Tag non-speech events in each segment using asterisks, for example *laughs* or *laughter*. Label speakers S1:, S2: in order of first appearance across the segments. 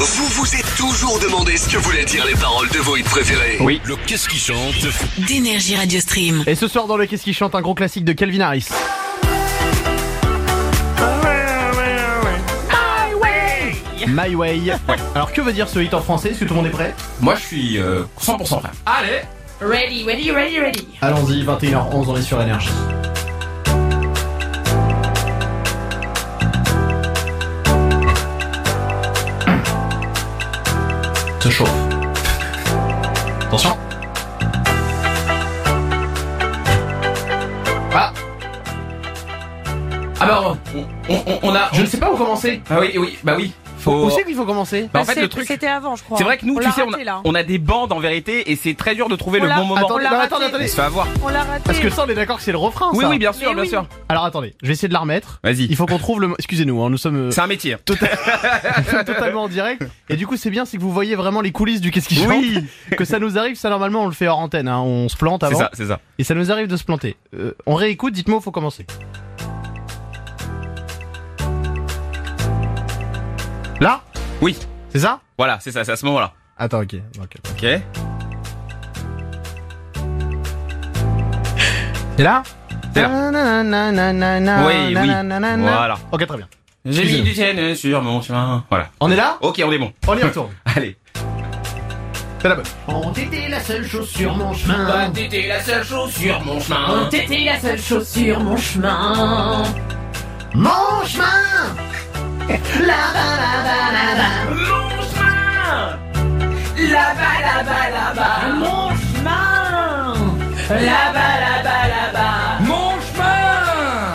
S1: Vous vous êtes toujours demandé ce que voulaient dire les paroles de vos hits préférés
S2: Oui.
S1: Le qu'est-ce qui chante
S3: d'énergie Radio Stream.
S2: Et ce soir dans le Qu'est-ce qui chante un gros classique de Calvin Harris. My Way. Alors que veut dire ce hit en français Est-ce que tout le monde est prêt
S4: Moi, je suis euh, 100% prêt.
S2: Allez
S5: Ready, ready, ready, ready.
S2: Allons-y, 21h11, on est sur énergie.
S4: Ça chauffe. Attention. Ah. Ah bah, on, on- on- on a...
S2: Je ne sais pas où commencer.
S4: Ah oui, oui, bah oui.
S2: Où
S4: Faut...
S2: c'est qu'il faut commencer
S4: Bah, en fait, le truc...
S5: C'était avant, je crois. hein.
S6: C'est vrai que nous,
S5: on
S6: tu
S5: l'a
S6: sais, on
S5: raté, là.
S6: a, on a des bandes en vérité et c'est très dur de trouver
S5: On
S6: le
S5: l'a-
S6: bon moment.
S2: Attendez,
S5: l'a
S2: non,
S5: raté.
S2: attendez,
S6: Il
S2: attendez.
S6: se fait avoir.
S5: On l'a raté.
S2: Parce que ça, on est d'accord que c'est le refrain,
S6: Oui,
S2: ça.
S6: oui, bien sûr, bien
S5: Mais Eh oui.
S6: sûr.
S2: Alors attendez, je vais essayer de la remettre.
S6: Vas-y.
S2: Il faut qu'on trouve le. Excusez-nous, hein, nous sommes euh, *laughs*
S6: C'est un métier.
S2: totalement en direct. Et du coup, c'est bien, c'est que vous voyez vraiment les coulisses du qu'est-ce qui chante. Que ça nous arrive, ça normalement, on le fait hors antenne. hein, On se plante
S6: C'est
S2: avant.
S6: ça, c'est ça.
S2: Et ça nous arrive de se planter. Euh, on réécoute, dites-moi où faut commencer. Là
S6: Oui.
S2: C'est ça
S6: Voilà, c'est ça, c'est à ce moment-là.
S2: Attends, ok. ok.
S6: Ok.
S2: C'est là
S6: C'est Oui,
S2: Oui,
S6: oui. Voilà.
S2: Ok, très bien.
S6: J'ai mis du ciel sur mon chemin. Voilà.
S2: On est là
S6: Ok, on est bon.
S2: On y *laughs* retourne.
S6: Allez.
S2: C'est la bonne.
S7: On t'était la seule chose sur mon chemin.
S4: T'étais la seule chose sur mon chemin.
S5: On t'était la seule chose sur mon chemin.
S7: Mon chemin La ba la ba la ba.
S5: Là-bas, là-bas, là-bas. Mon chemin. Là-bas, là-bas, là-bas.
S4: Mon chemin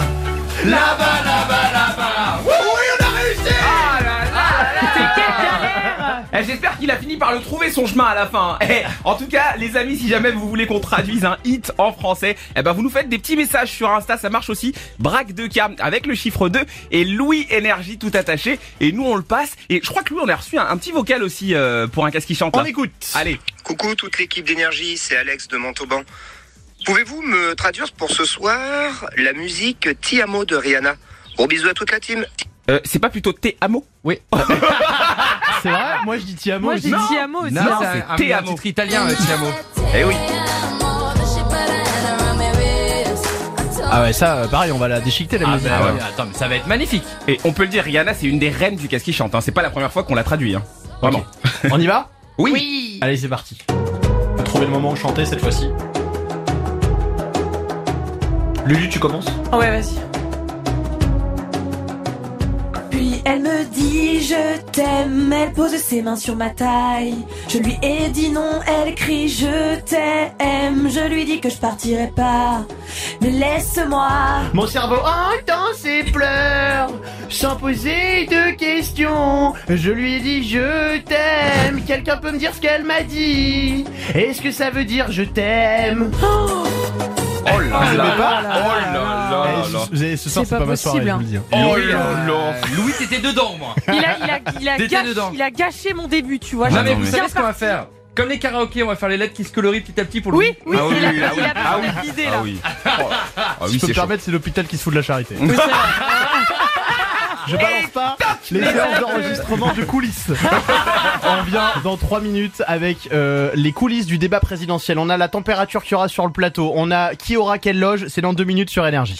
S4: Là-bas, là-bas, là-bas Oui, on a réussi Ah là là là Eh, J'espère qu'il a fini par le trouver son chemin à la fin. Eh, en tout cas, les amis, si jamais vous voulez qu'on traduise un hit en français, eh ben vous nous faites des petits messages sur Insta, ça marche aussi. Braque 2K avec le chiffre 2 et Louis Énergie tout attaché. Et nous on le passe. Et je crois que Louis on a reçu un, un petit vocal aussi euh, pour un casque qui chante.
S2: On
S6: là.
S2: écoute.
S6: Allez,
S8: Coucou toute l'équipe d'énergie, c'est Alex de Montauban. Pouvez-vous me traduire pour ce soir la musique Ti Amo de Rihanna Gros bisous à toute la team.
S6: Euh, c'est pas plutôt T Amo
S2: Oui. Ah, C'est vrai Moi je dis Tiamo
S5: Moi,
S2: aussi.
S5: j'ai
S6: Non.
S5: dit Amo aussi.
S6: Non,
S5: hein.
S6: c'est
S4: Oh, un,
S6: Te
S4: un
S6: amo.
S4: titre italien, euh, Te amo.
S6: Eh oui.
S2: Ah ouais, ça, euh, pareil, on va la déchiqueter la
S4: Ah
S2: musique.
S4: bah, ouais. Attends, mais ça va être magnifique.
S6: Et on peut le dire, Rihanna c'est une des reines du casque qui chante. Hein. C'est pas la première fois qu'on la traduit. Hein. Vraiment.
S2: On y va
S5: Oui.
S2: Allez, c'est parti. Faut trouver le moment où chanter cette fois-ci. Lulu, tu commences
S5: Ah ouais, vas-y. Puis elle me dit je t'aime, elle pose ses mains sur ma taille. Je lui ai dit non, elle crie je t'aime. Je lui dis que je partirai pas, mais laisse-moi.
S2: Mon cerveau entend ses pleurs sans poser de questions. Je lui ai dit je t'aime. Quelqu'un peut me dire ce qu'elle m'a dit Est-ce que ça veut dire je t'aime
S6: Oh là là. Oh
S2: pas
S6: là
S2: Eh,
S6: là là.
S2: Vous avez- Ce soir,
S5: C'est
S2: c'est
S5: pas
S2: pas ma soirée,
S5: possible,
S2: je vous
S5: hein.
S2: le dis.
S6: Oh là là.
S4: Louis, t'étais dedans, moi.
S5: Il a, il a, il a
S4: T'étais
S5: gâché,
S4: dedans.
S5: il a gâché mon début, tu vois.
S4: Non,
S5: j'étais
S4: mais vous
S5: bien
S4: savez ce qu'on va
S5: parti.
S4: faire Comme les karaokés, on va faire les lettres qui se colorient petit à petit pour le
S5: Oui, oui,
S6: Ah oui,
S5: il a,
S6: oui, ah oui,
S5: il a
S6: ah oui.
S5: l'idée
S6: Ah
S5: là.
S6: oui. Oh. Ah
S2: Si
S6: oui,
S2: je peux
S6: c'est
S2: me
S6: chaud.
S2: permettre, c'est l'hôpital qui se fout de la charité. *laughs* Je balance pas les séances d'enregistrement de
S5: *laughs*
S2: coulisses. On vient dans 3 minutes avec euh, les coulisses du débat présidentiel. On a la température qu'il y aura sur le plateau. On a qui aura quelle loge. C'est dans 2 minutes sur Énergie.